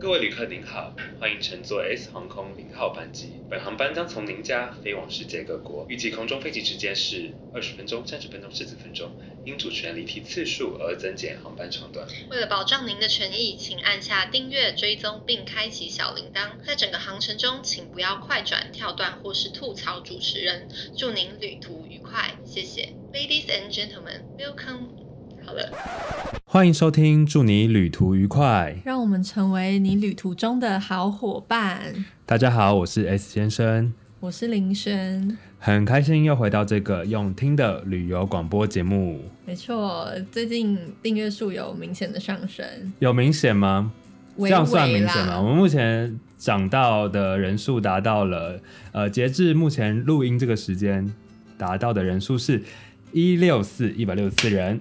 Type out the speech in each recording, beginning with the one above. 各位旅客您好，欢迎乘坐 S 航空零号班机，本航班将从您家飞往世界各国，预计空中飞行时间是二十分钟、三十分钟、四十分钟，因主持人离题次数而增减航班长短。为了保障您的权益，请按下订阅、追踪并开启小铃铛。在整个航程中，请不要快转、跳段或是吐槽主持人。祝您旅途愉快，谢谢。Ladies and gentlemen, welcome。好了，欢迎收听，祝你旅途愉快。让我们成为你旅途中的好伙伴。大家好，我是 S 先生，我是林轩，很开心又回到这个用听的旅游广播节目，没错，最近订阅数有明显的上升，有明显吗？这微样算微明啦显吗？我们目前涨到的人数达到了，呃，截至目前录音这个时间达到的人数是一六四一百六十四人，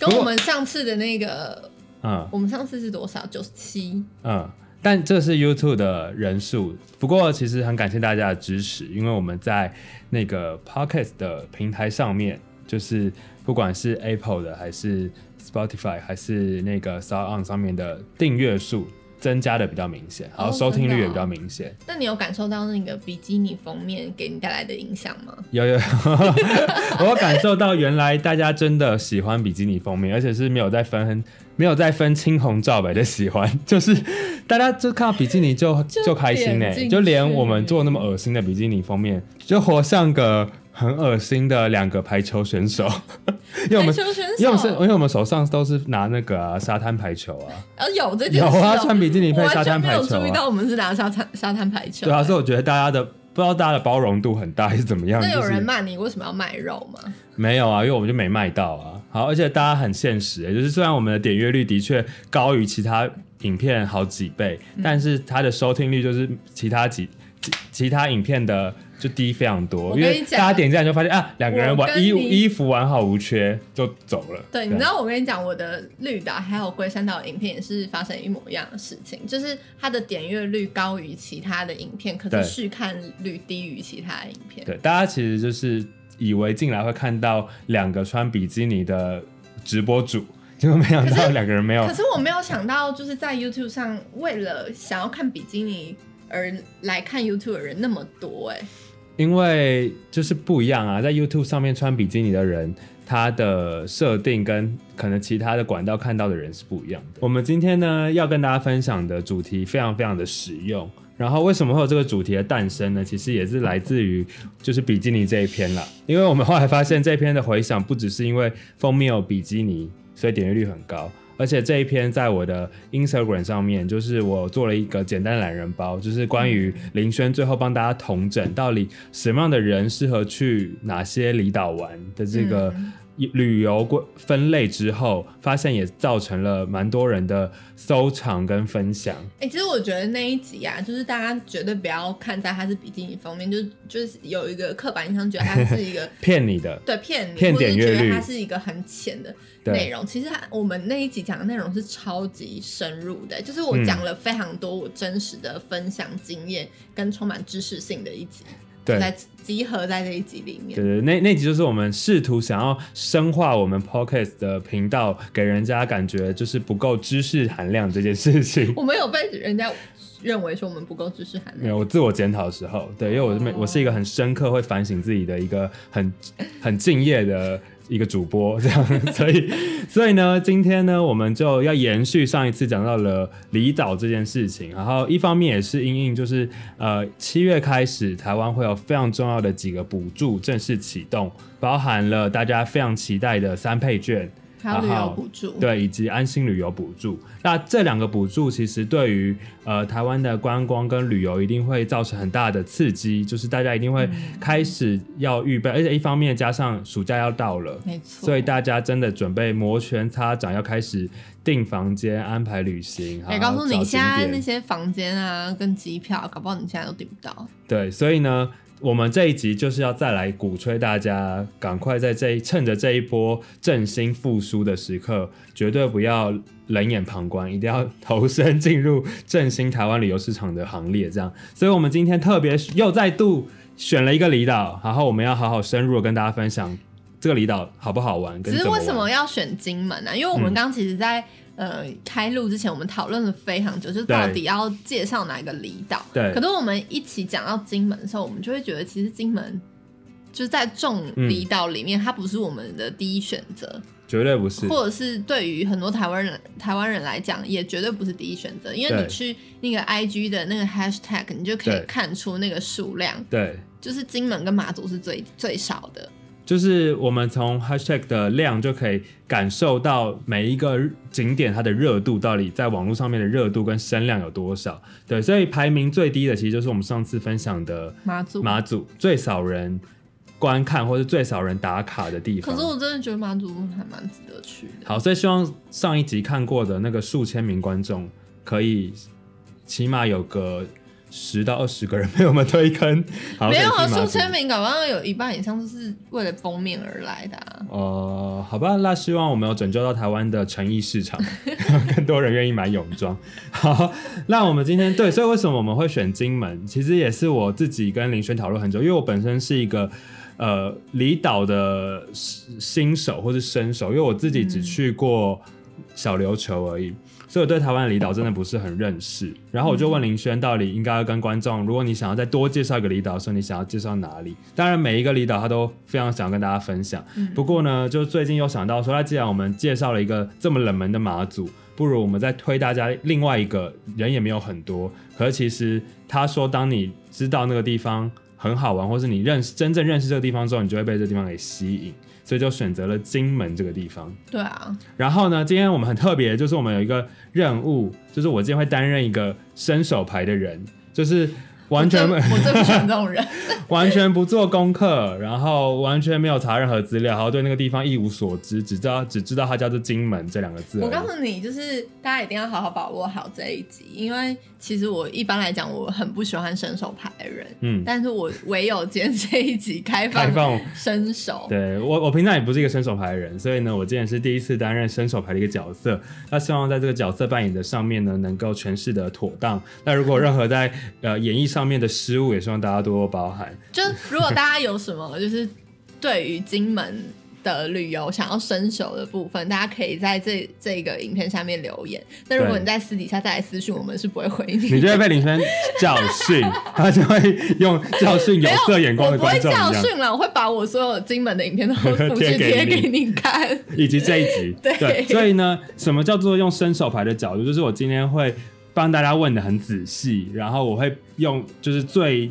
跟我们上次的那个，嗯我们上次是多少？九十七。嗯。但这是 YouTube 的人数，不过其实很感谢大家的支持，因为我们在那个 Podcast 的平台上面，就是不管是 Apple 的还是 Spotify 还是那个 s o u n 上面的订阅数增加的比较明显，然后哦收听真的率哦也比较明显。那你有感受到那个比基尼封面给你带来的影响吗？有 有，有我感受到原来大家真的喜欢比基尼封面，而且是没有在分没有在分青红皂白的喜欢，就是大家就看到比基尼就 就就开心呢、点进去就连我们做那么恶心的比基尼封面，就活像个很恶心的两个排球选 手，因为我排们球哎选因为我们是手，因为我们手上都是拿那个、啊、沙滩排球 啊，啊有这件有事啊，哦穿比基尼我配沙完滩全没排有球、注意啊，到我们是拿沙滩沙滩排球。对啊，所以我觉得大家的不知道大家的包容度很大还是怎么样，那有就是人骂你为什么要卖肉吗？没有啊，因为我们就没卖到啊。好，而且大家很现实、欸，就是虽然我们的点阅率的确高于其他影片好几倍，但是它的收听率就是其他几其其他影片的就低非常多，我因跟你为大讲家点进来就发现啊，两个人我玩跟衣你衣服完好无缺就走了。啊对，你知道我跟你讲，我的绿岛还有龟山岛的影片也是发生一模一样的事情，就是它的点阅率高于其他的影片，可对是续看率低于其他的影片。对，大家其实就是以为进来会看到两个穿比基尼的直播主，结果没想到两个人没有可是我没有想到，就是在 YouTube 上，为了想要看比基尼而来看 YouTube 的人那么多、哎，因为就是不一样啊，在 YouTube 上面穿比基尼的人，他的设定跟可能其他的管道看到的人是不一样的。我们今天呢要跟大家分享的主题非常非常的实用。然后为什么会有这个主题的诞生呢？其实也是来自于就是比基尼这一篇啦，因为我们后来发现这一篇的回响不只是因为封面有比基尼，所以点阅率很高。而且这一篇在我的 Instagram 上面，就是我做了一个简单懒人包，就是关于林轩最后帮大家统整到底什么样的人适合去哪些离岛玩的这个旅游规分类之后，发现也造成了蛮多人的收藏跟分享。哎、其实我觉得那一集啊，就是大家绝对不要看在它是比基尼方面，就就是有一个刻板印象，觉得它是一 个骗你的，对骗你，骗或者点阅觉率得它是一个很浅的对内容。其实它我们那一集讲的内容是超级深入的，就是嗯我讲了非常多我真实的分享经验跟充满知识性的一集，对，来集合在这一集里面对。对，那那集就是我们试图想要深化我们 podcast 的频道，给人家感觉就是不够知识含量这件事情。我们有被人家认为说我们不够知识含没量，有，我自我检讨的时候，对，因为我是没，我是一个很深刻会反省自己的一个很很敬业的一个主播，这样， 所以所以呢，今天呢，我们就要延续上一次讲到了离岛这件事情，然后一方面也是因应就是呃七月开始，台湾会有非常重要的几个补助正式启动，包含了大家非常期待的三倍券。还有旅啊好游补助，对，以及安心旅游补助。那这两个补助其实对于呃台湾的观光跟旅游一定会造成很大的刺激，就是大家一定会嗯开始要预备，而且一方面加上暑假要到了。没错。所以大家真的准备摩拳擦掌，要开始订房间、安排旅行。也好好哎告诉你，啊找现景在点那些房间啊，跟机票，搞不好你现在都订不到。对，所以呢，我们这一集就是要再来鼓吹大家，赶快在这一趁着这一波振兴复苏的时刻，绝对不要冷眼旁观，一定要投身进入振兴台湾旅游市场的行列。这样，所以我们今天特别又再度选了一个离岛，然后我们要好好深入的跟大家分享这个离岛好不好玩，跟只是怎么为什玩么要选金门呢、因为我们嗯刚刚其实在呃开录之前，我们讨论了非常久，就是到对底要介绍哪个离岛。对嗯可是我们一起讲到金门的时候，我们就会觉得其实金门就是在众离岛里面，它不是我们的第一选择，绝对不是。或者是对于很多台湾人台湾人来讲，也绝对不是第一选择，因为对你去那个 IG 的那个 hashtag，你就可以对看出那个数量，对，就是金门跟马祖是最最少的。就是我们从 hashtag 的量就可以感受到每一个景点它的热度到底在网络上面的热度跟声量有多少。对，所以排名最低的其实就是我们上次分享的马祖，马祖最少人观看或是最少人打卡的地可方是。我真的觉得马祖还蛮值得去的。好，所以希望上一集看过的那个数千名观众，可以起码有个十到二十个人被我们推坑。好没有可啊，以去马数祖千名搞不好有一半以上都是为了封面而来的、啊。呃，好吧，那希望我们有拯救到台湾的成衣市场， 更多人愿意买泳装。好，那我们今天对，所以为什么我们会选金门？其实也是我自己跟林轩讨论很久，因为我本身是一个呃离岛的新手或是生手，因为我自己只去过小琉球而已。所以我对台湾的离岛真的不是很认识，然后我就问林轩，到底应该要跟观众，如果你想要再多介绍一个离岛的时候，你想要介绍哪里？当然每一个离岛他都非常想跟大家分享，不过呢，就最近又想到说，那既然我们介绍了一个这么冷门的马祖，不如我们再推大家另外一个人也没有很多，可是其实他说，当你知道那个地方很好玩，或是你认识真正认识这个地方之后，你就会被这地方给吸引，所以就选择了金门这个地方。对啊，然后呢，今天我们很特别，就是我们有一个任务，就是我今天会担任一个伸手牌的人，就是完 全我没 最我最不喜欢这种人。完全不做功课，然后完全没有查任何资料，然后对那个地方一无所知，只知道只知道它叫做金门这两个字而已。我告诉你，就是大家一定要好好把握好这一集，因为其实我一般来讲我很不喜欢伸手牌的人，嗯，但是我唯有今天这一集开开放放。伸手。对我，我平常也不是一个伸手牌的人，所以呢，我今天是第一次担任伸手牌的一个角色。那希望在这个角色扮演的上面呢，能够诠释的妥当。那如果有任何在呃演绎上面的失误，也希望大家多多包涵。就如果大家有什么就是对于金门的旅游想要伸手的部分，大家可以在这这个影片下面留言。那如果对你在私底下再来私讯，我们是不会回你的。你就会被林轩教训，他就会用教训有色眼光我的不会观众教一样，训了，我会把我所有金门的影 片都复贴制贴给你给你看。 以及这一集。对所以呢，什么叫做用伸手牌的角度？就是我今天会帮大家问的很仔细，然后我会用就是最。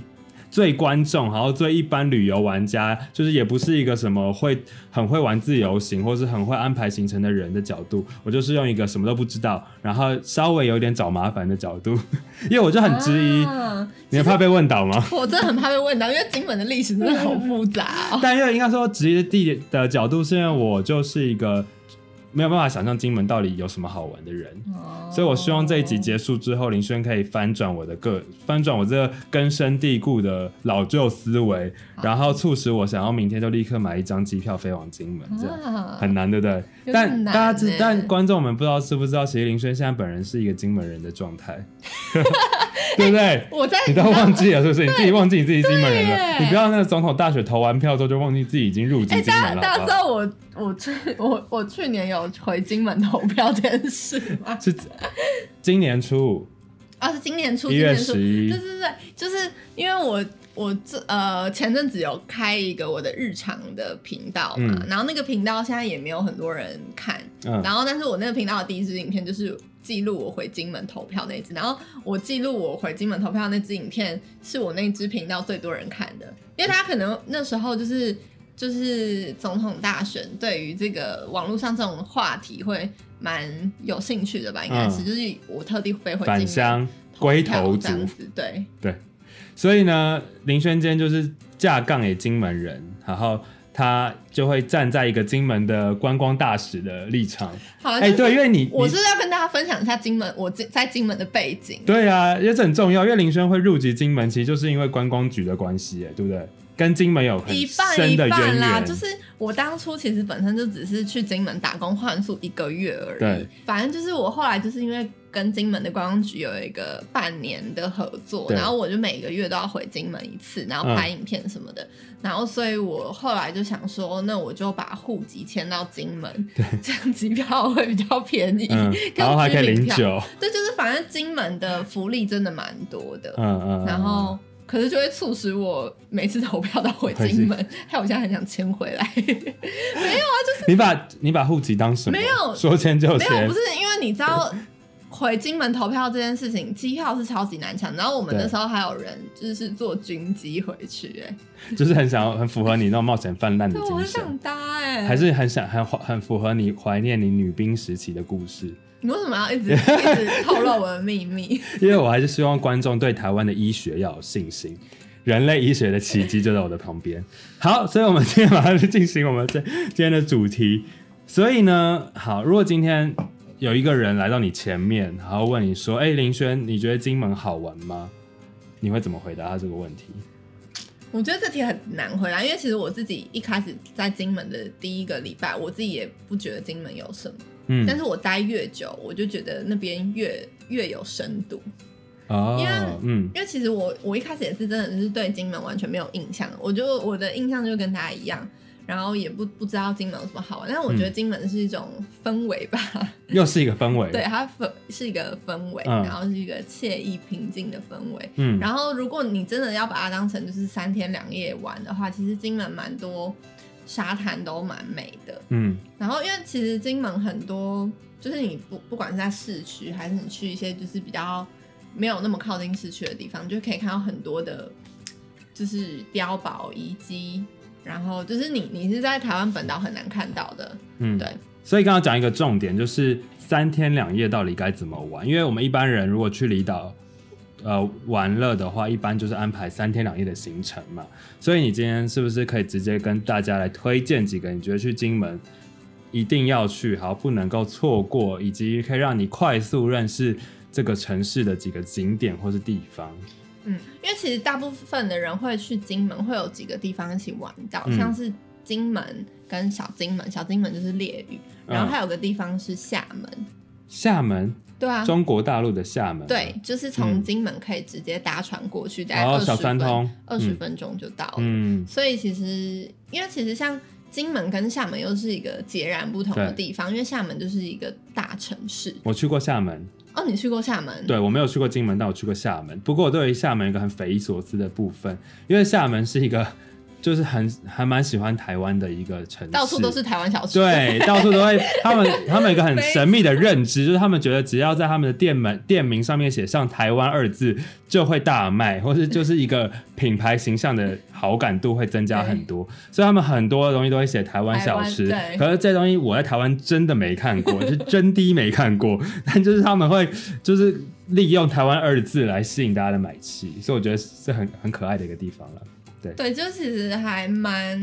最观众，然后最一般旅游玩家，就是也不是一个什么会很会玩自由行，或是很会安排行程的人的角度，我就是用一个什么都不知道，然后稍微有点找麻烦的角度， 因为我就很质疑，啊你会怕被问倒吗？我真的很怕被问到，因为金门的历史真的好复杂哦。但因为应该说职业地的角度，是因为我就是一个没有办法想象金门到底有什么好玩的人，哦所以我希望这一集结束之后，林轩可以翻转我的个翻转我这个根深蒂固的老旧思维，然后促使我想要明天就立刻买一张机票飞往金门，这样。啊很难，对不对？有点但大家难知欸，但观众们不知道知不知道，其实林轩现在本人是一个金门人的状 态，对不对？我在你都忘记了是不是？你自己忘记你自己金门人对耶了？你不要那个总统大选投完票之后就忘记自己已经入籍哎、金大门家了。好大家知不好道我我去我我去年有回金门投票这件事吗？是今年 初啊，是今年初，一今年月初十，一对，对对，就是因为我我这呃前阵子有开一个我的日常的频道嘛，嗯然后那个频道现在也没有很多人看，嗯，然后但是我那个频道的第一支影片就是记录我回金门投票那一支，然后我记录我回金门投票那支影片是我那支频道最多人看的，因为大家可能那时候就是。就是总统大选，对于这个网络上这种话题会蛮有兴趣的吧？应该是，嗯就是我特地飞回金返门乡投龟票头这族样。子，对，所以呢，林轩今天就是架杠给金门人，然后他就会站在一个金门的观光大使的立场。好了，哎，就是对，因为你我你是要跟大家分享一下金门，我在在金门的背景。对啊，也是很重要，因为林轩会入籍金门，其实就是因为观光局的关系，哎，对不对？跟金门有很一半深一的渊半源，啦，就是我当初其实本身就只是去金门打工换宿一个月而已对，反正就是我后来就是因为跟金门的观光局有一个半年的合作，对嗯然后我就每个月都要回金门一次，然后拍影片什么的，然后所以我后来就想说，那我就把户籍迁到金门，这样机票会比较便宜，嗯， 然后还可以领票。酒，对，就是反正金门的福利真的蛮多的，嗯嗯，然后可是就会促使我每次投票都回金门，害我现在很想迁回来。嗯你把你把户籍当什么？没有说迁就 没有，迁不，是因为你知道回金门投票这件事情，机票是超级难抢，然后我们对那时候还有人就是坐军机回去、哎，就是很想要很符合你那种冒险泛滥的对，我精很神想，搭哎、还是很想很很符合你怀念你女兵时期的故事。你为什么要一直一直透露我的秘密？ 因为我还是希望观众对台湾的医学要有信心。人类医学的奇迹就在我的旁边。好，所以我们今天马上就进行我们这今天的主题。所以呢，好，如果今天有一个人来到你前面，然后问你说：“哎、林轩，你觉得金门好玩吗？”你会怎么回答他这个问题？我觉得这题很难回答，因为其实我自己一开始在金门的第一个礼拜，我自己也不觉得金门有什么，嗯但，是我待越久，我就觉得那边越越有深度。因哦为，嗯，因为其实我我一开始也是真的就是对金门完全没有印象，我就我的印象就跟大家一样，然后也不不知道金门有什么好玩，但是我觉得金门是一种氛围吧，又是一个氛围。 对，，它氛是一个氛围，嗯然后是一个惬意平静的氛围。嗯，然后如果你真的要把它当成就是三天两夜玩的话，其实金门蛮多沙滩都蛮美的，嗯，然后因为其实金门很多，就是你不不管是在市区，还是你去一些就是比较没有那么靠近市区的地方，就可以看到很多的，就是碉堡遗迹。然后就是你你是在台湾本岛很难看到的，嗯，对。所以刚刚讲一个重点，就是三天两夜到底该怎么玩？因为我们一般人如果去离岛，呃，玩乐的话，一般就是安排三天两夜的行程嘛。所以你今天是不是可以直接跟大家来推荐几个你觉得去金门一定要去，好不能够错过，以及可以让你快速认识这个城市的几个景点或是地方？嗯，因为其实大部分的人会去金门，会有几个地方一起玩到，嗯像是金门跟小金门，小金门就是烈屿，然嗯后还有个地方是厦门，厦门，对啊，中国大陆的厦门，对，，就是从金门可以直接搭船过去，大概然后二十哦小分三通，二十分钟就到了。嗯，所以其实，因为其实像金门跟厦门又是一个截然不同的对地方，因为厦门就是一个大城市。我去过厦门，哦，你去过厦门？，对我没有去过金门，但我去过厦门。不过我对于厦门有一个很匪夷所思的部分，因为厦门是一个就是很还蛮喜欢台湾的一个城市，到处都是台湾小 吃。对，到处都会。他 们他们有一个很神秘的认知，就是他们觉得只要在他们的店门店名上面写上“台湾”二字，就会大卖，或 是就是一个品牌形象的好感度会增加很多。所以他们很多的东西都会写台湾小吃台湾对。可是这东西我在台湾真的没看 过，是真的没看过。但就是他们会就是利用“台湾”二字来吸引大家的买气，所以我觉得是很很可爱的一个地方了。 对，就其实还蛮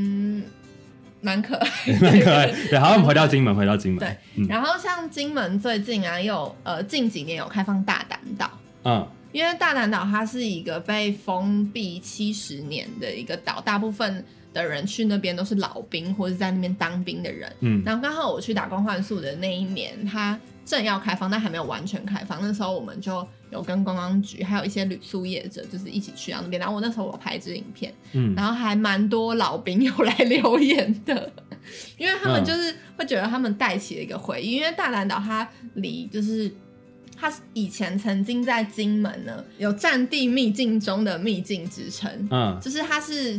蛮可爱的，蛮可爱。然后我们回到金门，回到金门。对嗯然后像金门最近啊，有呃近几年有开放大胆岛。嗯因为大南岛它是一个被封闭七十年的一个岛，大部分的人去那边都是老兵或者在那边当兵的人。嗯然后刚好我去打工换宿的那一年，它正要开放，但还没有完全开放。那时候我们就有跟观光局还有一些旅宿业者，就是一起去到那边。然后我那时候我拍一支影片，嗯然后还蛮多老兵有来留言的，因为他们就是会觉得他们带起了一个回忆，因为大南岛它离就是。它以前曾经在金门呢，有战地秘境中的秘境之称，嗯。就是它是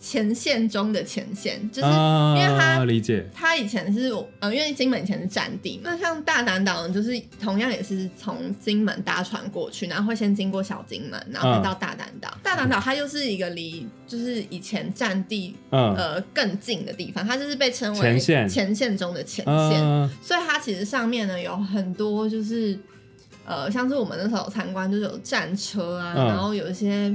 前线中的前线，就是啊，因为它理解，它以前是呃，因为金门以前是战地，那像大南岛呢，就是同样也是从金门搭船过去，然后会先经过小金门，然后再到大南岛。大南岛它又是一个离就是以前战地嗯，呃更近的地方，它就是被称为前线前线中的前线，嗯所以它其实上面呢有很多就是呃，像是我们那时候参观就是有战车啊，嗯然后有一些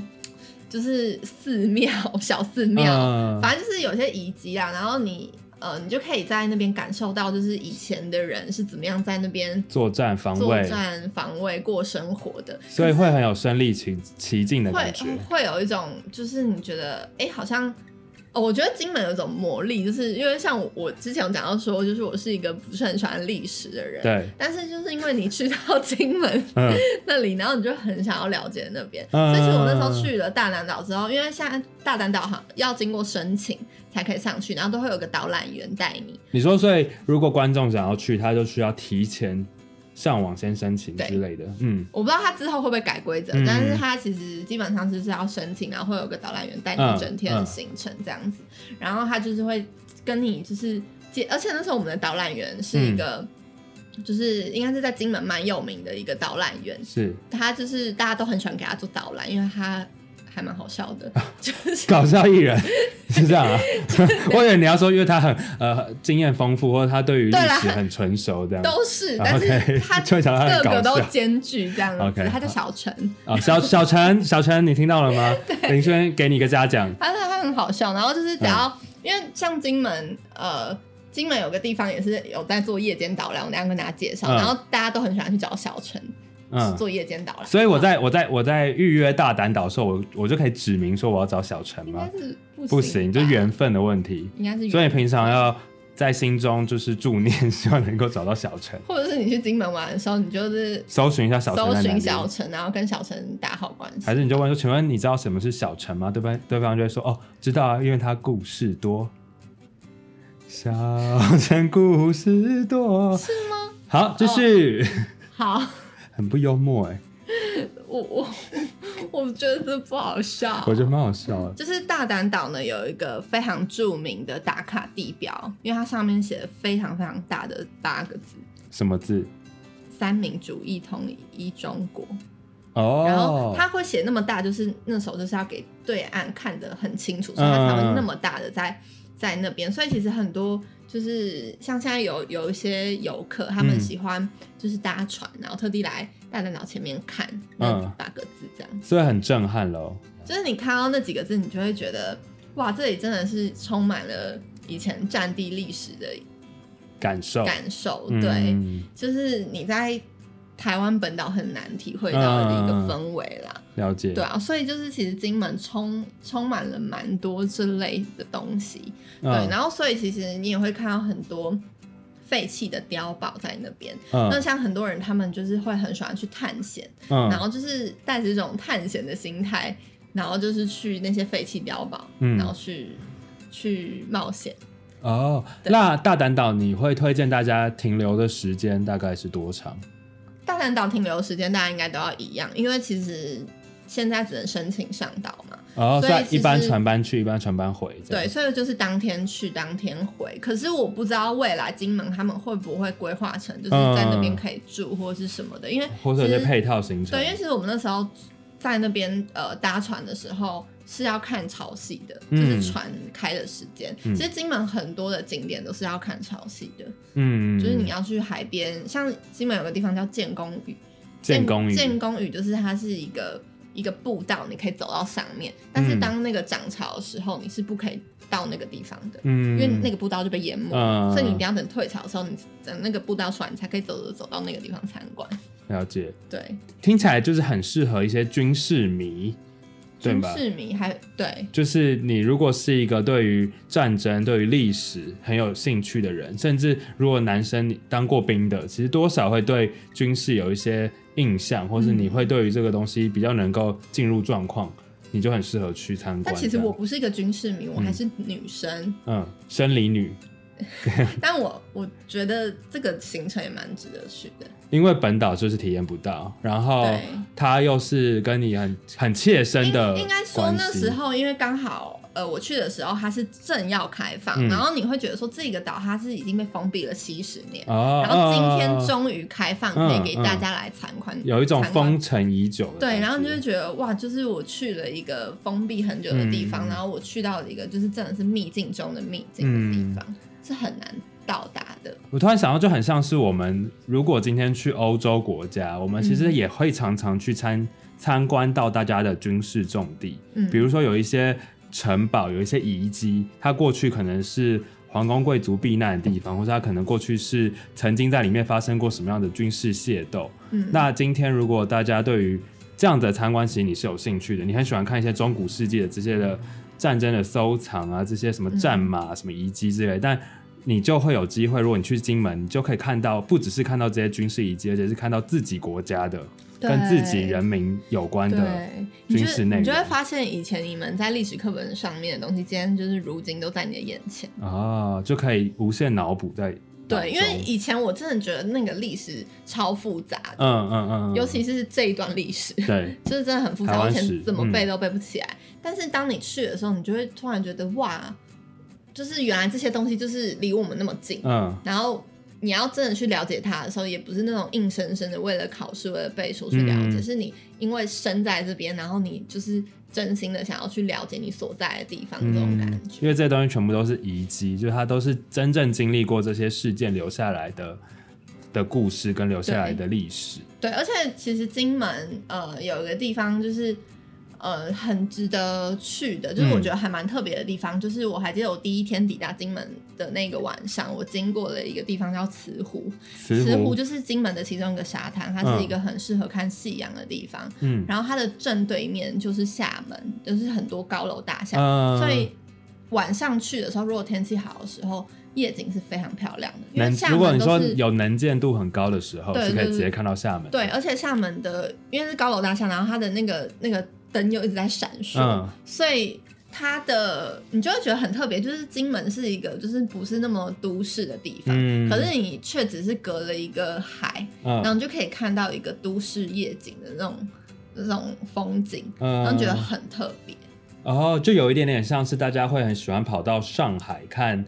就是寺庙小寺庙。嗯反正就是有些遗迹啊，然后你呃，你就可以在那边感受到，就是以前的人是怎么样在那边作战防作卫，战、防卫、过生活的，所以会很有身临其其境的会感觉。会有一种就是你觉得哎、诶好像哦，我觉得金门有种魔力，就是因为像我我之前有讲到说，就是我是一个不是很喜欢历史的人，对，但是就是因为你去到金门嗯，那里，然后你就很想要了解那边，嗯 所以其实我那时候去了大南岛之后，因为现在大南岛好像要经过申请才可以上去，然后都会有个导览员带你，嗯你说，所以如果观众想要去，他就需要提前上网先申请之类的，嗯，我不知道他之后会不会改规则，嗯但是他其实基本上就是要申请，然啊后会有个导览员带嗯你整天的行程这样子，然后他就是会跟你就是介，而且那时候我们的导览员是一嗯个，就是应该是在金门蛮有名的一个导览员，是他就是大家都很喜欢给他做导览，因为他还蛮好笑 的，就是搞笑艺 人是这样啊？我以为你要说，因为他很呃经验丰富，或者他对于历对啦史很纯熟这样。都是，啊但 OK，是他 就 想让他各搞个都笑兼具这样子 OK，，他叫好小陈。啊、小小陈，小陈，你听到了 吗？林轩给你一个嘉奖。他他很好笑，然后就是只要、嗯因为像金门，呃，金门有个地方也是有在做夜间导览，我等一下跟大家介绍，嗯然后大家都很喜欢去找小陈、嗯，做夜间导览，所以我在我在我在预约大胆岛的时候，我我就可以指明说我要找小陈嗯应该吗？是不不行，行吧，就缘分的问题。应该是所以远，平常要在心中就是助念，希望能够找到小陈，或者是你去金门玩的时候，你就是搜寻一下小陈搜在哪寻里。小陈，然后跟小陈打好关系还。是你就问说，请问你知道什么是小陈吗？对方对方就会说，哦，知道啊，因为他故事多。小陈故事多，是吗？哦好，继续，好， 很不幽默哎、我我 我觉得这不好笑。我觉得蛮好笑的。就是大胆岛呢有一个非常著名的打卡地标，因为它上面写的非常非常大的八个字，什么字？三民主义统一中国，然后哦，他会写那么大，就是那时候就是要给对岸看得很清楚，所以他才嗯会那么大的在在那边。所以其实很多就是像现在有有一些游客，他们嗯喜欢就是搭船，然后特地来大胆岛前面看那嗯八个字，这样、所以很震撼喽。就是你看到那几个字，你就会觉得哇，这里真的是充满了以前战地历史的感受，感受，嗯对。就是你在台湾本岛很难体会到的嗯一个氛围啦，了解，对啊，所以就是其实金门充充满了蛮多这类的东西，嗯，对，然后所以其实你也会看到很多废弃的碉堡在那边，那嗯像很多人他们就是会很喜欢去探险，嗯，然后就是带着这种探险的心态，然后就是去那些废弃碉堡，嗯然后去去冒险。哦，对那大胆岛你会推荐大家停留的时间大概是多长？大胆岛停留时间大家应该都要一样，因为其实现在只能申请上岛嘛。哦，所以所以其实一般船班去，一般船班回，这对，样，所以就是当天去当天回。可是我不知道未来金门他们会不会规划成就是嗯在那边可以住或是什么的，因为或者其有些实配套行程对，因，为其实我们那时候在那边呃搭船的时候是要看潮汐的，就嗯是船开的时间。嗯其实金门很多的景点都是要看潮汐的，嗯，就是你要去海边，像金门有个地方叫建功屿，建功屿，建功屿就是它是一个一个步道，你可以走到上面，但是嗯当那个涨潮的时候，你是不可以到那个地方的，嗯，因为那个步道就被淹没了，嗯所以你一定要等退潮的时候，你等那个步道出来，你才可以走走走到那个地方参观。了解，对，听起来就是很适合一些军事迷，对军吧？事迷还对就是你如果是一个对于战争、对于历史很有兴趣的人，甚至如果男生你当过兵的，其实多少会对军事有一些印象，或是你会对于这个东西比较能够进入状况，你就很适合去参观。但其实这样我不是一个军事迷，我还是女生，嗯，生理女，但我我觉得这个行程也蛮值得去的。因为本岛就是体验不到，然后对它又是跟你很很切身的应应该说关那系时候，因为刚好呃我去的时候它是正要开放，嗯然后你会觉得说这个岛它是已经被封闭了七十年，哦，然后今哦天终于开放，嗯可以给大家来参观，有一种参观封尘已久的感对，觉，然后你就会觉得哇，就是我去了一个封闭很久的地方，嗯然后我去到了一个就是真的是秘境中的秘境的地嗯方，是很难到达的。我突然想到，就很像是我们如果今天去欧洲国家，我们其实嗯也会常常去参参观到大家的军事重地，嗯，比如说有一些城堡，有一些遗迹，它过去可能是皇宫贵族避难的地方，或者它可能过去是曾经在里面发生过什么样的军事械斗。嗯那今天如果大家对于这样的参观，其实你是有兴趣的，你很喜欢看一些中古世纪的这些的战争的收藏啊，这些什么战马、什么遗迹之类，但你就会有机会，如果你去金门，你就可以看到，不只是看到这些军事遗迹，而且是看到自己国家的跟自己对人民有关的对，你军就事内你就会容。发现，以前你们在历史课本上面的东西，今天就是如今都在你的眼前。啊，就可以无限脑补在对，因为脑中以前我真的觉得那个历史超复杂的，嗯嗯嗯，嗯尤其是这一段历史， 对就是真的很复台杂，我湾以史嗯前怎么背都背不起来。但是当你去的时候，你就会突然觉得哇，就是原来这些东西就是离我们那么近，嗯然后。你要真的去了解它的时候，也不是那种硬生生的为了考试、为了背书去了解，嗯是你因为身在这边，然后你就是真心的想要去了解你所在的地方这种感觉。因为这些东西全部都是遗迹，就是它都是真正经历过这些事件留下来的的故事跟留下来的历史。对，而且其实金门呃有一个地方就是呃很值得去的，就是我觉得还蛮特别的地方。就是我还记得我第一天抵达金门的那个晚上，我经过了一个地方叫慈湖，石湖嗯就是金门的其中一个沙滩，它是一个很适合看夕阳的地方。嗯然后它的正对面就是厦门，就是很多高楼大厦，嗯，所以晚上去的时候，如果天气好的时候，夜景是非常漂亮的。因为能厦如果门你都说是有能见度很高的时候，对是可以就直是接看到厦门。对，，而且厦门的因为是高楼大厦，然后它的那个那个灯又一直在闪烁，嗯所以它的你就会觉得很特别。就是金门是一个就是不是那么都市的地方，嗯可是你却只是隔了一个海，然后嗯你就可以看到一个都市夜景的那种那种风景，然后嗯觉得很特别。然后就有一点点像是大家会很喜欢跑到上海看。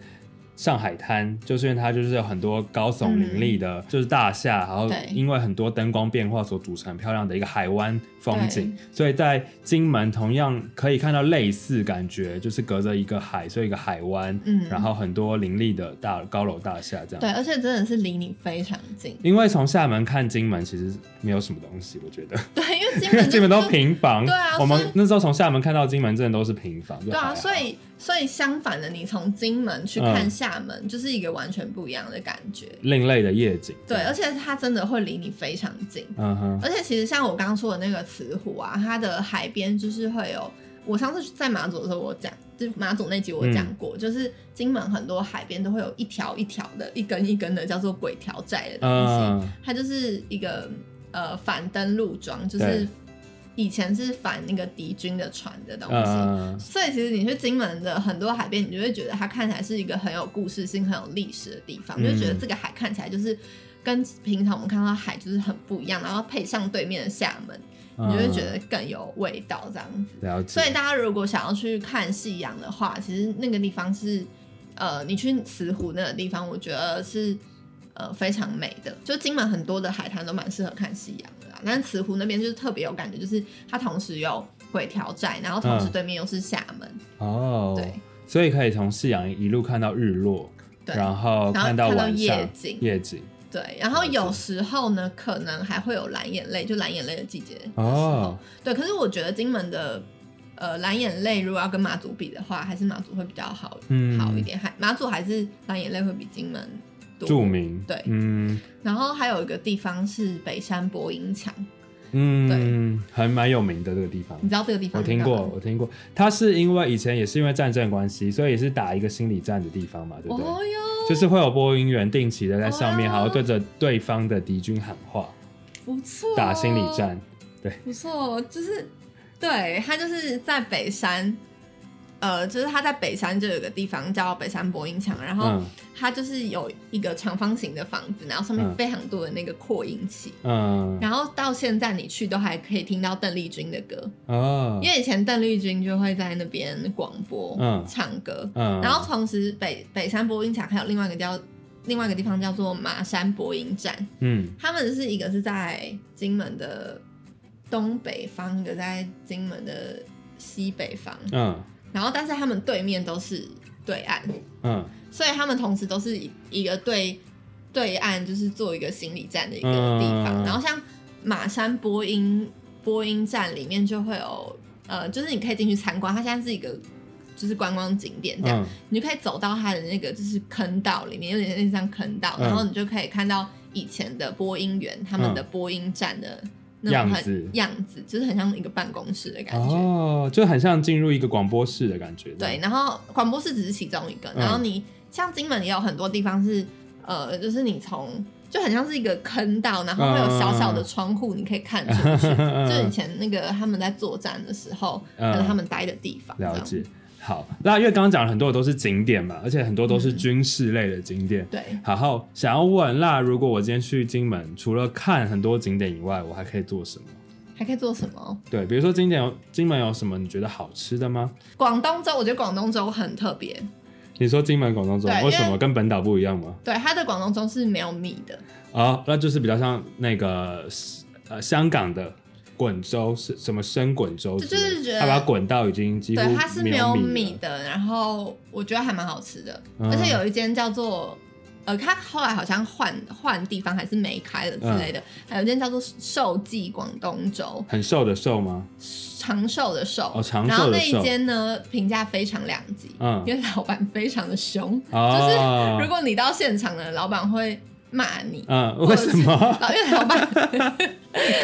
上海滩就是因为它就是有很多高耸林立的，就是大厦，然后对因为很多灯光变化所组成很漂亮的一个海湾风景对，所以在金门同样可以看到类似感觉，就是隔着一个海，所以一个海湾，嗯然后很多林立的大高楼大厦这样。对，而且真的是离你非常近， 因为从厦门看金门其实没有什么东西，我觉得。对，因为因金门为 就金门都就平房，对啊我所们以那时候从厦门看到金门，真的都是平房，就对还啊，好所以所以相反的，你从金门去看嗯厦门，就是一个完全不一样的感觉。另类的夜景，对，而且它真的会离你非常近。嗯哼，而且其实像我刚刚说的那个慈湖啊，它的海边就是会有，我上次在马祖的时候我讲，就是马祖那集我讲嗯过，就是金门很多海边都会有一条一条的、一根一根的叫做鬼条寨的东西，嗯它就是一个呃反登陆装，就对是以前是反那个敌军的船的东西。嗯，所以其实你去金门的很多海边，你就会觉得它看起来是一个很有故事性、很有历史的地方，嗯你就觉得这个海看起来就是跟平常我们看到的海就是很不一样，然后配上对面的厦门，你就会觉得更有味道这样子。嗯了解，所以大家如果想要去看夕阳的话，其实那个地方是，呃，你去慈湖那个地方，我觉得是呃非常美的。就金门很多的海滩都蛮适合看夕阳的啦，但是慈湖那边就是特别有感觉，就是它同时有鬼条寨，然后同时嗯对面又是厦门，哦，对，所以可以从夕阳一路看到日落，嗯对然后然后到看到晚上 夜景夜景，对。然后有时候呢，可能还会有蓝眼泪，就蓝眼泪的季节的时候哦，对。可是我觉得金门的。呃，蓝眼泪如果要跟马祖比的话，还是马祖会比较好，嗯好一点。还马祖还是蓝眼泪会比金门多著名，对嗯然后还有一个地方是北山博音墙，嗯，还蛮有名的这个地方你。知道这个地方我在听哪吗？过，我听过，它是因为以前也是因为战争的关系，所以也是打一个心理战的地方嘛，对不对？哦哟，就是会有播音员定期的在上面，哦还要对着对方的敌军喊话，不错、打心理，战。不错，就是对，它就是在北山，呃，就是它在北山就有个地方叫北山博音墙，然后嗯它就是有一个长方形的房子，然后上嗯面非常多的那个扩音器。嗯，然后到现在你去都还可以听到邓丽君的歌，哦，因为以前邓丽君就会在那边广播、嗯唱歌，嗯，然后同时北北山播音墙还有另外一个叫另外一个地方叫做马山播音站，嗯他们是一个是在金门的东北方，一个在金门的西北方，嗯然后但是他们对面都是对岸，嗯所以他们同时都是一个对对岸就是做一个心理战的一个嗯地方，然后像马山播音播音站里面就会有呃，就是你可以进去参观，它现在是一个就是观光景点这样。嗯你就可以走到它的那个就是坑道里面，有点类似像坑道，嗯然后你就可以看到以前的播音员他们的播音站的那种样子很样子，就是很像一个办公室的感觉。哦，就很像进入一个广播室的感觉。对，，然后广播室只是其中一个，然嗯后你、像金门也有很多地方是，呃，就是你从就很像是一个坑道，然后会有小小的嗯窗户，你可以看出去， 就以前那个他们在作战的时候，嗯跟他们待的地方。了这样解。好，那因为刚刚讲了很多都是景点嘛，而且很多都嗯是军事类的景点。对，然后想要问，那如果我今天去金门，除了看很多景点以外，我还可以做什么？还可以做什么？对，比如说景点有金门有什么你觉得好吃的吗？广东粥，我觉得广东粥很特别，你说金门广东粥对为什因么为跟本岛不一样吗？对，它的广东粥是没有米的，哦，那就是比较像那个呃香港的滚粥是什么生滚粥之类的，就就是觉得它把它滚到已经几乎对，它是没有米米了的，然后我觉得还蛮好吃的，嗯而且有一间叫做。呃，它后来好像换换地方，还是没开了之类嗯的。还有一间叫做寿记广东粥，很瘦的瘦吗？长寿的寿。哦长寿的然后那寿一间呢，评价非常两极，嗯因为老板非常的凶，哦就是如果你到现场了，老板会骂你，嗯，或为者是什 么？老因为老板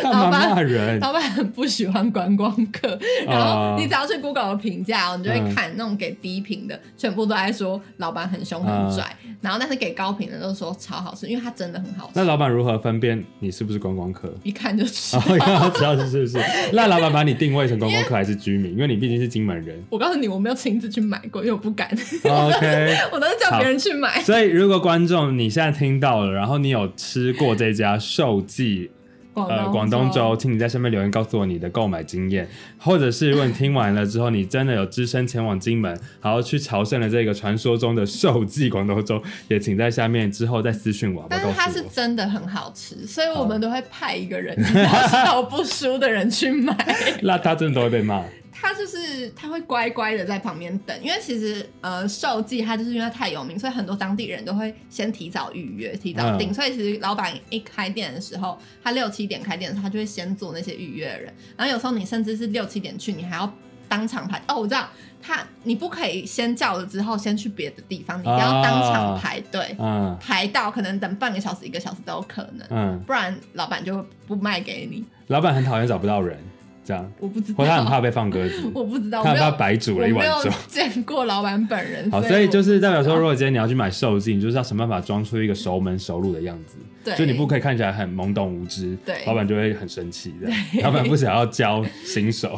干嘛老板骂人？ 老板很不喜欢观光 客，然啊后你只要去 Google 的评价哦，你就嗯会看那种给低评的，全部都在说老板很凶啊很拽，然后但是给高评的都说超好吃，因为它真的很好那吃，老板如何分辨你是不是观光客？ 一看就吃。哦，要知道是不是？那老板把你定位成观光客还是居民？因为你毕竟是金门人。 我告诉你，我没有亲自去买过，因为我不敢， OK，我都是叫别人去买。所以如果观众你现在听到了，然后你有吃过这家寿记呃广东粥，请你在下面留言告诉我你的购买经验，或者是如果你听完了之后，你真的有只身前往金门，然后去朝圣了这个传说中的寿记广东粥，也请在下面之后再私讯我，好不但好是告它是诉我。真的很好吃，所以我们都会派一个人， 然后手不输的人去买。那他真的都会被骂。他就是他会乖乖的在旁边等，因为其实呃寿记它就是因为它太有名，所以很多当地人都会先提早预约、提早订，嗯所以其实呃老板一开店的时候，他六七点开店的时候，他就会先做那些预约的人，然后有时候你甚至是六七点去，你还要。当场排哦，我知道他，你不可以先叫了之后先去别的地方，你一定要当场排队，嗯排到可能等半个小时、一个小时都有可能，嗯，不然老板就不卖给你。老板很讨厌找不到人，这样，我不知道，或他很怕被放鸽子，我不知道，他很我没怕有白煮我了一没碗有粥。 见过老板本人，好，所以我就是代表说，不知道如果今天你要去买寿记，你就是要想办法装出一个熟门熟路的样子，对，就你不可以看起来很懵懂无知，对老板就会很生气的，老板不想要教新 手。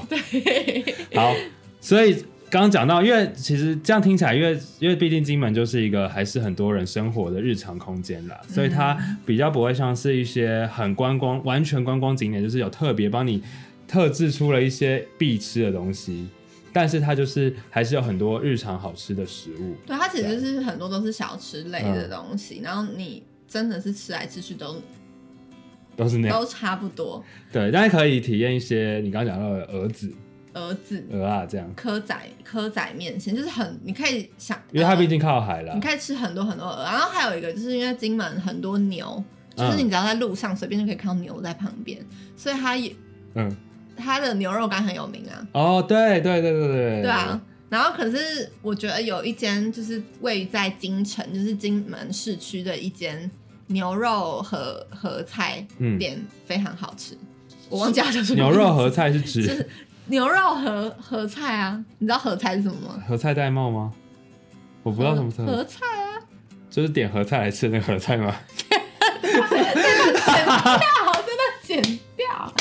好，所以刚刚讲到，因为其实这样听起来，因为因为毕竟金门就是一个还是很多人生活的日常空间啦，嗯所以它比较不会像是一些很观光、完全观光景点，就是有特别帮你特制出了一些必吃的东西，但是它就是还是有很多日常好吃的食物。对它其实是很多都是小吃类的东西，嗯然后你真的是吃来吃去都都是那样都差不多，对，但是可以体验一些你刚刚讲到的鹅子、儿子。鹅啊这样，蚵呃仔蚵仔面线就是很，你可以想，因为它呃毕竟靠海啦你。可以吃很多很多鹅，然后还有一个就是因为金门很多牛，就是你只要在路上随便就可以看到牛在旁边，所以它也嗯，它的牛肉干很有名啊，哦，对对对对对，对啊，，然后可是我觉得有一间就是位于在京城，就是金门市区的一间牛肉和和菜嗯店，非常好吃。我忘记它叫什么 牛名字肉和菜是就指是牛肉和和菜啊，你知道和菜是什么吗？和菜戴帽吗？我不知道什么菜，和菜啊，就是点和菜来吃的那个和菜 吗？哎剪掉，真的剪掉。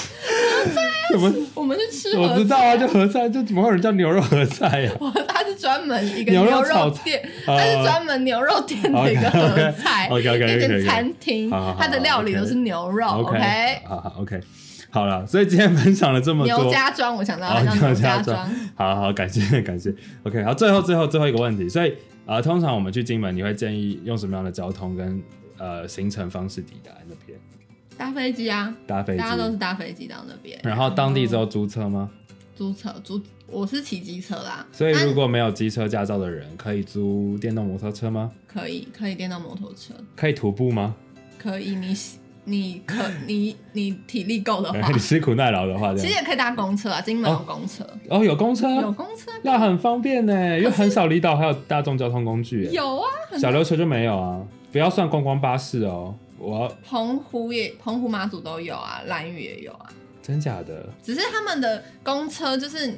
怎么？我们去吃和菜、我知道啊，就和菜，就怎么会有人叫牛肉和菜呀、 我它是专门一个牛牛肉炒肉菜哦店，啊它是专门牛肉店的一个合 菜， OK，OK，OK，OK，OK，OK，一间餐厅好好好，它的料理都是牛肉 OK，哦，OK。好好 OK，好了，所以今天分享了这么多，牛家庄，我想到它哦牛叫牛家家庄庄，好好，感谢感谢。OK，好，最后最后最后一个问题，所以呃，通常我们去金门，你会建议用什么样的交通跟呃行程方式抵达那边？搭飞机啊，搭飞机大，家都是搭飞机到那边，然后当地之后租车吗？租车租，我是骑机车啦，所以但如果没有机车驾照的人，可以租电动摩托车吗？啊可以可以电动摩托车，可以徒步 吗？可以你你可你你体力够的话哎你，吃苦耐劳的话，这其实样也可以搭公车啊，金门有哦公车，哦，有公车，有公车那很方便呢，因为很少离岛还有大众交通工具耶，有啊，小溜车就没有啊，不要算观光巴士哦。我要澎湖也澎湖马祖都有啊，兰屿也有啊，真假的？只是他们的公车就是，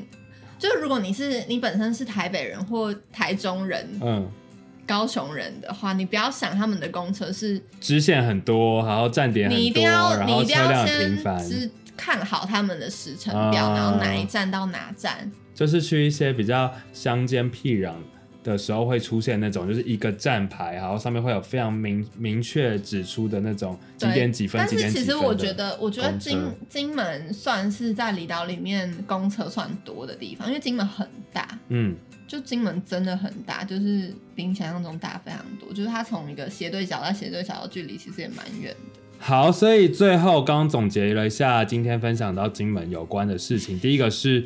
就如果你是你本身是台北人或台中人、嗯，高雄人的话，你不要想他们的公车是，支线很多，然后站点很多，你一定要然你后一定车辆要很先频繁，知看好他们的时程表，啊然后哪一站到哪站。就是去一些比较乡间僻壤的时候会出现那种，就是一个站牌，然后上面会有非常明明确指出的那种几对，点几分、但几是点几其分。实我觉，得，我觉得公车金金门算是在离岛里面公车算多的地方，因为金门很大，嗯，就金门真的很大，就是比你想象中大非常多。就是它从一个斜对角到斜对角的距离其实也蛮远的。好，所以最后刚刚总结了一下今天分享到金门有关的事情。第一个是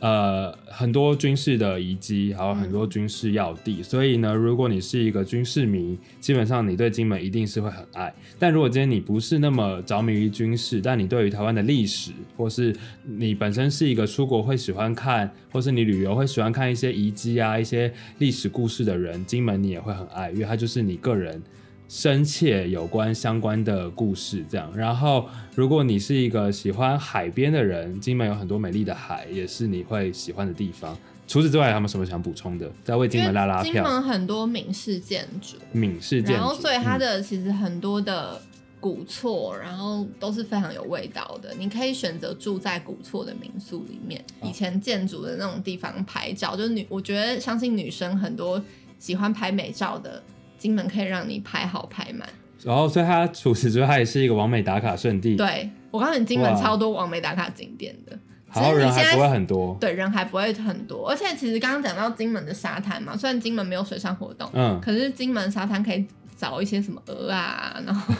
呃很多军事的遗迹，还有很多军事要地。所以呢，如果你是一个军事迷，基本上你对金门一定是会很爱。但如果今天你不是那么着迷于军事，但你对于台湾的历史，或是你本身是一个出国会喜欢看，或是你旅游会喜欢看一些遗迹啊、一些历史故事的人，金门你也会很爱，因为它就是你个人深切有关相关的故事这样。然后，如果你是一个喜欢海边的人，金门有很多美丽的海，也是你会喜欢的地方。除此之外，还有没有什么想补充的？再为金门拉拉因为金票。门很多闽式建筑，闽式建筑，然后所以它嗯的其实很多的古厝，然后都是非常有味道的。你可以选择住在古厝的民宿里面，哦以前建筑的那种地方拍照，就是女，我觉得相信女生很多喜欢拍美照的。金门可以让你拍好拍满，然后，所以它除此之外，它也是一个完美打卡圣地。，对我告诉你，金门嗯哇超多完美打卡景点的，然后人只是你现还在不会很多。对人还不会很多，而且其实刚刚讲到金门的沙滩嘛，虽然金门没有水上活动，嗯，可是金门沙滩可以找一些什么鹅啊，然后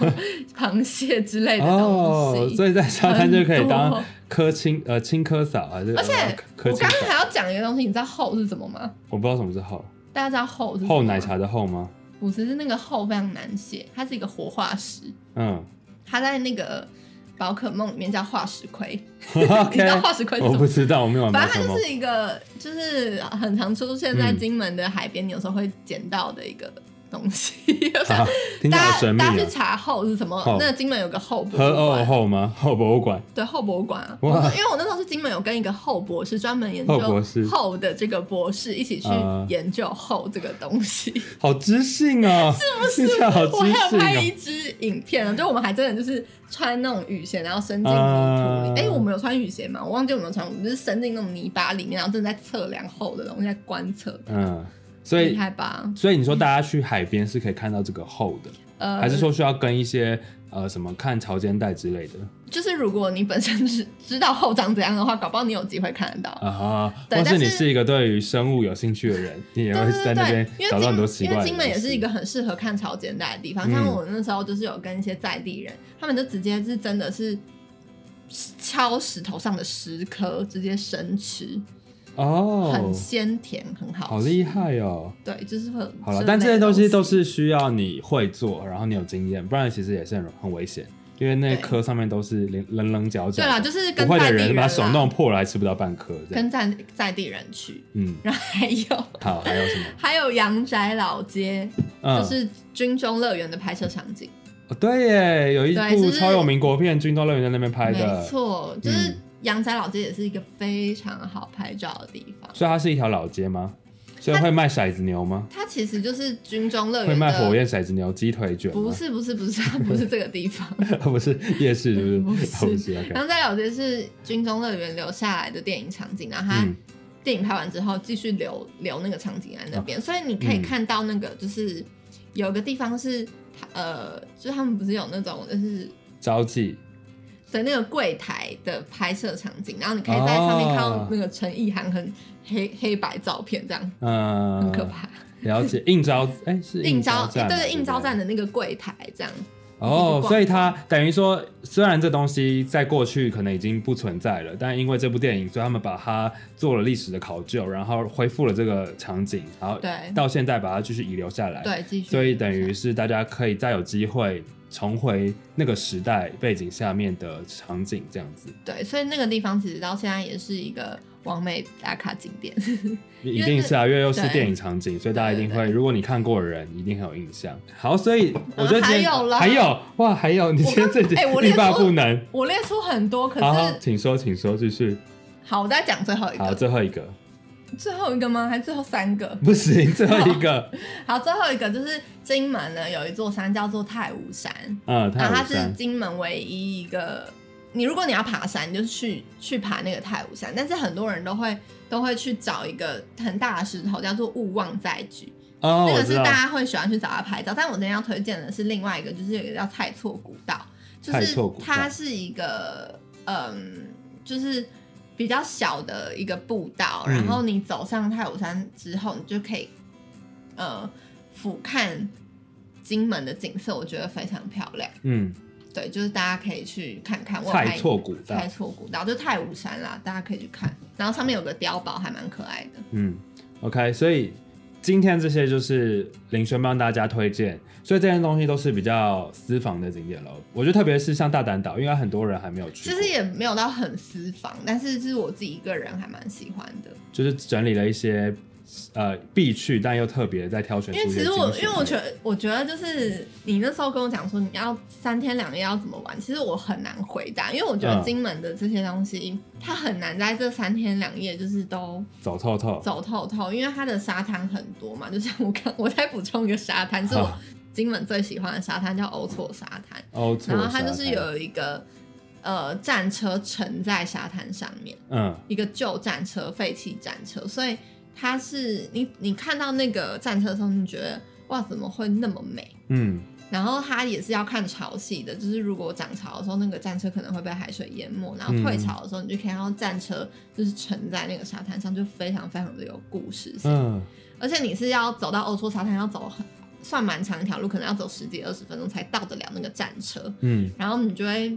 螃蟹之类的哦东，西。所以在沙滩就可以很当多科青呃青科嫂还是呃而且科我青刚嫂刚？还要讲一个东西，你知道后是什么吗？我不知道什么是后大家知道后是什么吗后奶？茶的后吗？不是，是那个后非常难写，它是一个活化石， 嗯 它在那个宝可梦里面叫化石盔。你，OK，知道化石盔是我什不么？知道，我没有玩宝反正可它梦就。是一个，就是很常出现在嗯金门的海边，你有时候会捡到的一个东西。我想好，啊听起来大好神家秘大家啊去。查后是什么后？那个金门有个后博和物欧馆，后哦吗？后博物馆对后博物馆啊。哇我因为我那时候是金门有跟一个后博士，专门研后博士究后的这个博士一起去啊研究后这个东西。好知性 哦，是不 是？好我知哦还有拍一性支影片呢，就我们还真的就是穿那种雨鞋，然后伸进泥土里啊。哎、我们有穿雨鞋吗？我忘记有没有穿，我们就是伸进那种泥巴里面，然后正在测量后的东西，在观测。哦。嗯，所厉以害吧？所以你说大家去海边是可以看到这个后的，呃，还是说需要跟一些呃什么看潮间带之类的就是如果你本身是知道后长怎样的话，搞不好你有机会看得到。啊哈？对或是但你是是一个对于生物有兴趣的人，你也对会对在那对边因找到很多为奇金怪因的。为金门也是一个，很适合看潮间带的地方，像嗯我那时候就是有跟一些在地人，他们就直接是真的是敲石头上的石颗，直接生吃，很哦，鲜甜，很好，好厉。害哦。对，就是会有好了，类但这些的东东西都是需要你会做，然后你有经验，不然其实也是很很危险，因为那对颗上面都是棱棱棱角角对的。啦，就是跟不会在的地人把啦手弄破了还吃不到半颗，这样。啊跟在在地人去，嗯，然后还有好，还有什么？还有阳宅老街，嗯， 就是军中乐园的拍摄场景。哦对耶，有一对就部是超有名国片《军中乐园》在那边拍的，没错，就是嗯阳宅老街也是一个非常好拍照的地方。所以它是一条老街吗？所以它会卖骰子牛吗？它其实就是军中乐会园卖火的，焰骰子牛、鸡腿卷吗？不，是不是不是， 它不是这个地方。 不是夜市，是不 不是？是哦不是，OK。阳宅老街是军中乐园留下来的电影场景，然后它嗯电影拍完之后继续留留那个场景在那边，所以你可以嗯看到那个就是有个地方是呃，就是他们不是有那种就是。招妓，的那个柜台的拍摄场景，然后你可以在上面看到那个陈意涵很黑、黑白照片，这样嗯，很可。怕。了解，应招，哎，是应招招站嘛，对应招不站的那个柜台这样，哦一，直所以它逛等于说，虽然这东西在过去可能已经不存在了，但因为这部电影，所以他们把它做了历史的考究，然后恢复了这个场景，然后对到现在把它继续遗留下来。，对，继续。所以等于是大家可以再有机会重回那个时代背景下面的场景这样子，对，所以那个地方其实到现在也是一个完美打卡景点。 一定是啊，因为又是对电影场景，所以大家一定对会，对如果你看过的人，一定很有印象。好，所以我觉得今天还有啦还有哇，还有你今天自己哎我欲列罢出不能。我列出很多，可是好好，请说，请说，继续。好我再讲最后一好，个，最后一个最后一个吗？还是最后三个？ 不行，最后一 个，好，最后一个就是金门呢有一座山叫做太武山，嗯，然太后武它啊是山，金门唯一一个，你如果你要爬山，你就是去去爬那个太武山，但是很多人都会都会去找一个很大的石头叫做勿忘在举，哦，那我个知是道大，家会喜欢去找它拍照。但我今天要推荐的是另外一个，就是有一个叫蔡厝古道，就蔡是厝古道它是一个嗯，就是比较小的一个步道，嗯然后你走上太武山之后，你就可以呃俯瞰金门的景色，我觉得非常漂亮。嗯，对，就是大家可以去看看。我有蔡拍厝古道蔡，厝古道就太武山啦，大家可以去看。然后上面有个碉堡，还蛮可爱的。嗯，OK，所以今天这些就是林轩帮大家推荐，所以这些东西都是比较私房的景点了。我觉得特别是像大胆岛，应该很多人还没有去其过，实也没有到很私房，但是是我自己一个人还蛮喜欢的。就是整理了一些呃必去但又特别在挑选因出一为些精其实选的。我，因为我觉得，我觉得就是你那时候跟我讲说你要三天两夜要怎么玩，其实我很难回答，因为我觉得嗯金门的这些东西，它很难在这三天两夜就是都走透透，走透透，因为它的沙滩很多嘛。就像我刚，我再补充一个沙滩，是我好金门最喜欢的沙滩，叫欧错沙滩。哦，错然后它杀就是有一个呃战车沉在沙滩上面，嗯一个旧战车、废弃战车，所以它是你你看到那个战车的时候，你觉得哇怎么会那么美？嗯然后它也是要看潮汐的，就是如果涨潮的时候，那个战车可能会被海水淹没；然后嗯退潮的时候，你就可以看到战车就是沉在那个沙滩上，就非常非常的有故事性。嗯而且你是要走到欧洲沙滩，要走很算蛮长一条路，可能要走十几二十分钟才到得了那个战车。嗯然后你就会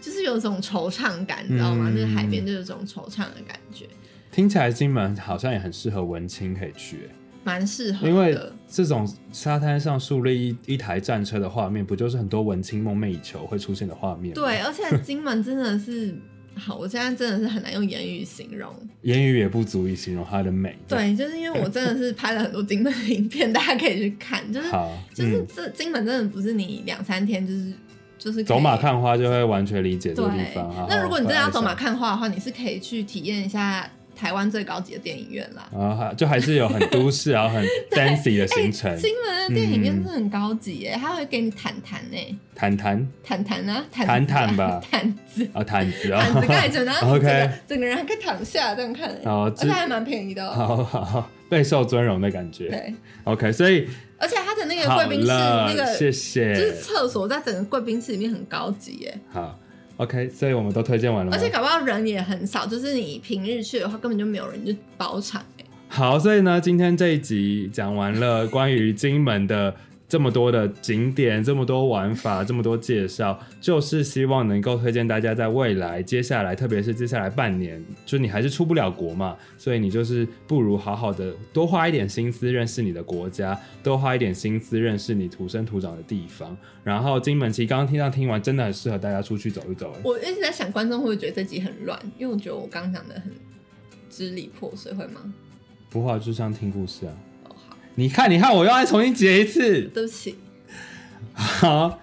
就是有一种惆怅感，你知道吗？嗯就是海边就有一种惆怅的感觉，听起来金门好像也很适合文青可以去，蛮适合 因为的。这种沙滩上树立一一台战车的画面，不就是很多文青梦寐以求会出现的画面吗？对，而且金门真的是 好，我现在真的是很难用言语形容。言语也不足以形容它的美。，对，就是因为我真的是拍了很多金门的影片，大家可以去看，就是好，就是嗯，这金门真的不是你两三天就是就是可以走马。看花就会完全理解这对个地方。好，那如果你真的要走马看，看花的话，你是可以去体验一下台湾最高级的电影院啦。然后还就还是 有很都市，然后很 fancy 的行程哎，金门的电影院是很高级嗯耶，它会给你毯毯哎，谈谈毯毯啊，毯毯子啊毯吧 毯子，啊，毯子啊毯子盖着，然后 OK 整个整个人还可以躺下这样看耶， 好而这且还蛮便宜的哦。好好好，备受尊荣的感觉。对， OK，所以而且它的那个好贵宾室那了，谢个谢。就是厕所，在整个贵宾室里面很高级耶，好，OK，所以我们都推荐完了吗而且搞不好人也很少，就是你平日去的话根本就没有人，你就包场耶。好，所以呢，今天这一集讲完了关于金门的这么多的景点、这么多玩法、这么多介绍，就是希望能够推荐大家在未来、接下来，特别是接下来半年，就你还是出不了国嘛，所以你就是不如好好的多花一点心思认识你的国家，多花一点心思认识你土生土长的地方。然后金门其实刚刚听到听完，真的很适合大家出去走一走、欸我一直在想观众会不会觉得这集很乱，因为我觉得我刚讲的很支离破碎，会吗？不话就像听故事啊。哦，好，你看，你看，我又要重新截一次。对不起。 好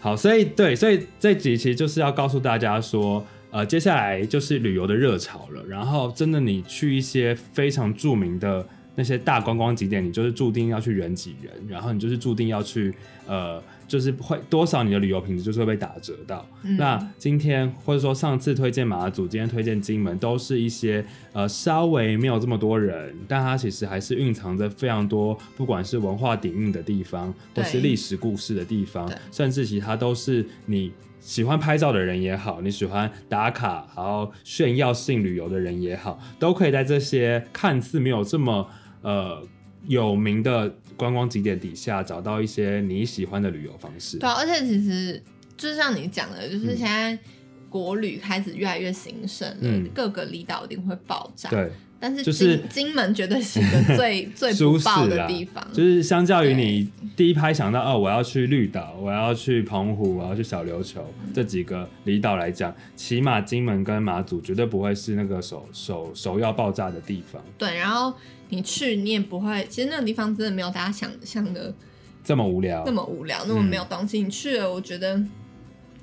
好，所以对，所以这集其实就是要告诉大家说，呃，接下来就是旅游的热潮了。然后，真的你去一些非常著名的那些大观光景点，你就是注定要去人挤人，然后你就是注定要去，呃，就是会多少你的旅游品质就是会被打折到。嗯那今天或者说上次推荐马祖，今天推荐金门，都是一些呃稍微没有这么多人，但它其实还是蕴藏着非常多，不管是文化底蕴的地方，或对是历史故事的地方对，甚至其他都是你。喜欢拍照的人也好，你喜欢打卡，然后炫耀性旅游的人也好，都可以在这些看似没有这么呃有名的观光景点底下，找到一些你喜欢的旅游方式。对啊、而且其实就像你讲的，就是现在国旅开始越来越兴盛了，嗯各个离岛一定会爆炸。，对，但是就金、是金门绝对是一 个最最不舒适爆的啦地方，就是相较于对你第一拍想到哦，我要去绿岛，我要去澎湖，我要去小琉球这几个离岛来讲，起码金门跟马祖绝对不会是那个首首首要爆炸的地方，对。然后你去，你也不会，其实那个地方真的没有大家想象的这么无聊，那么无聊，那么嗯没有东西。你去了，我觉得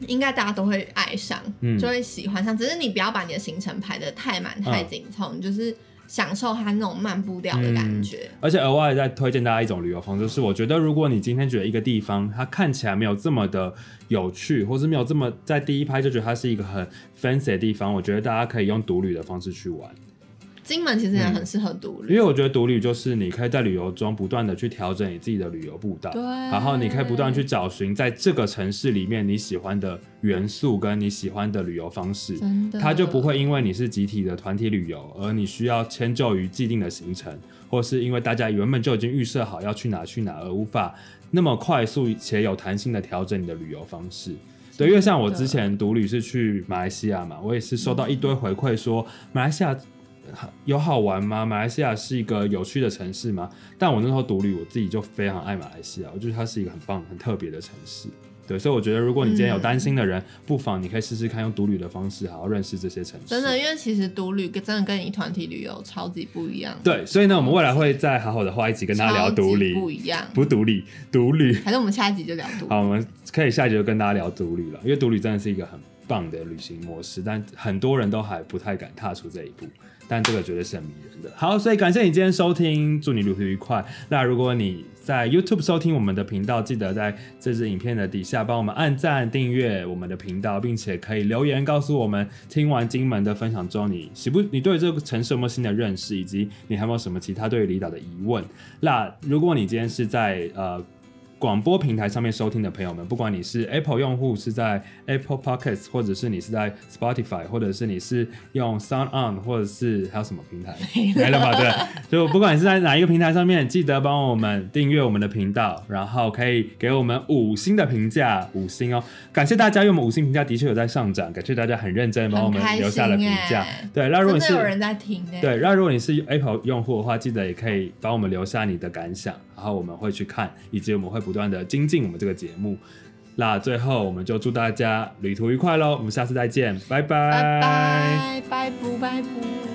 应该大家都会爱上，嗯就会喜欢上。只是你不要把你的行程排的太满、太嗯紧凑，你就是享受它那种慢步调的嗯感觉。而且额外再推荐大家一种旅游方式，就是我觉得如果你今天觉得一个地方它看起来没有这么的有趣，或是没有这么在第一拍就觉得它是一个很 fancy 的地方，我觉得大家可以用独旅的方式去玩，金门其实也很适合独嗯因旅，为我觉得独旅就是你可以在旅游中不断的去调整你自己的旅游步道，对然后你可以不断地去找寻在这个城市里面你喜欢的元素跟你喜欢的旅游方式，真的，它就不会因为你是集体的团体旅游，而你需要迁就于既定的行程，或是因为大家原本就已经预设好要去哪去哪，而无法那么快速且有弹性的调整你的旅游方式。对，因为像我之前独旅是去马来西亚嘛，我也是收到一嗯堆回馈说马来西亚有好玩吗？马来西亚是一个有趣的城市吗？但我那时候独旅，我自己就非常爱马来西亚，我觉得它是一个很棒、很特别的城市。对，所以我觉得如果你今天有担心的嗯人，不妨你可以试试看用独旅的方式，好好认识这些城市。真的，因为其实独旅跟真的跟你团体旅游超级不一样，，对，所以呢，我们未来会再好好的花一集跟大家聊独旅，不一样。不独旅，独旅。还是我们下一集就聊独旅。好，我们可以下一集就跟大家聊独旅了，因为独旅真的是一个很棒的旅行模式，但很多人都还不太敢踏出这一步。但这个绝对是很迷人的。好，所以感谢你今天收听，祝你旅途愉快。那如果你在 YouTube 收听我们的频道，记得在这支影片的底下帮我们按赞、订阅我们的频道，并且可以留言告诉我们，听完金门的分享之后，你喜不你对这个城市有没有新的认识，以及你还有没有什么其他对于离岛的疑问？那如果你今天是在呃。广播平台上面收听的朋友们，不管你是 Apple 用户，是在 Apple Podcasts，或者是你是在 Spotify，或者是你是用 Sound On，或者是还有什么平台？没了吧？对，就不管你是在哪一个平台上面，记得帮我们订阅我们的频道，然后可以给我们五星的评价，五星哦！感谢大家，因为我们五星评价的确有在上涨，感谢大家很认真地帮我们很开心留下了评价耶。对，那如果真你的是有人在听哎、对，那如果你是 Apple 用户的话，记得也可以帮我们留下你的感想，然后我们会去看，以及我们会不断的精进我们这个节目。那最后，我们就祝大家旅途愉快喽！我们下次再见，拜拜拜，拜不拜不。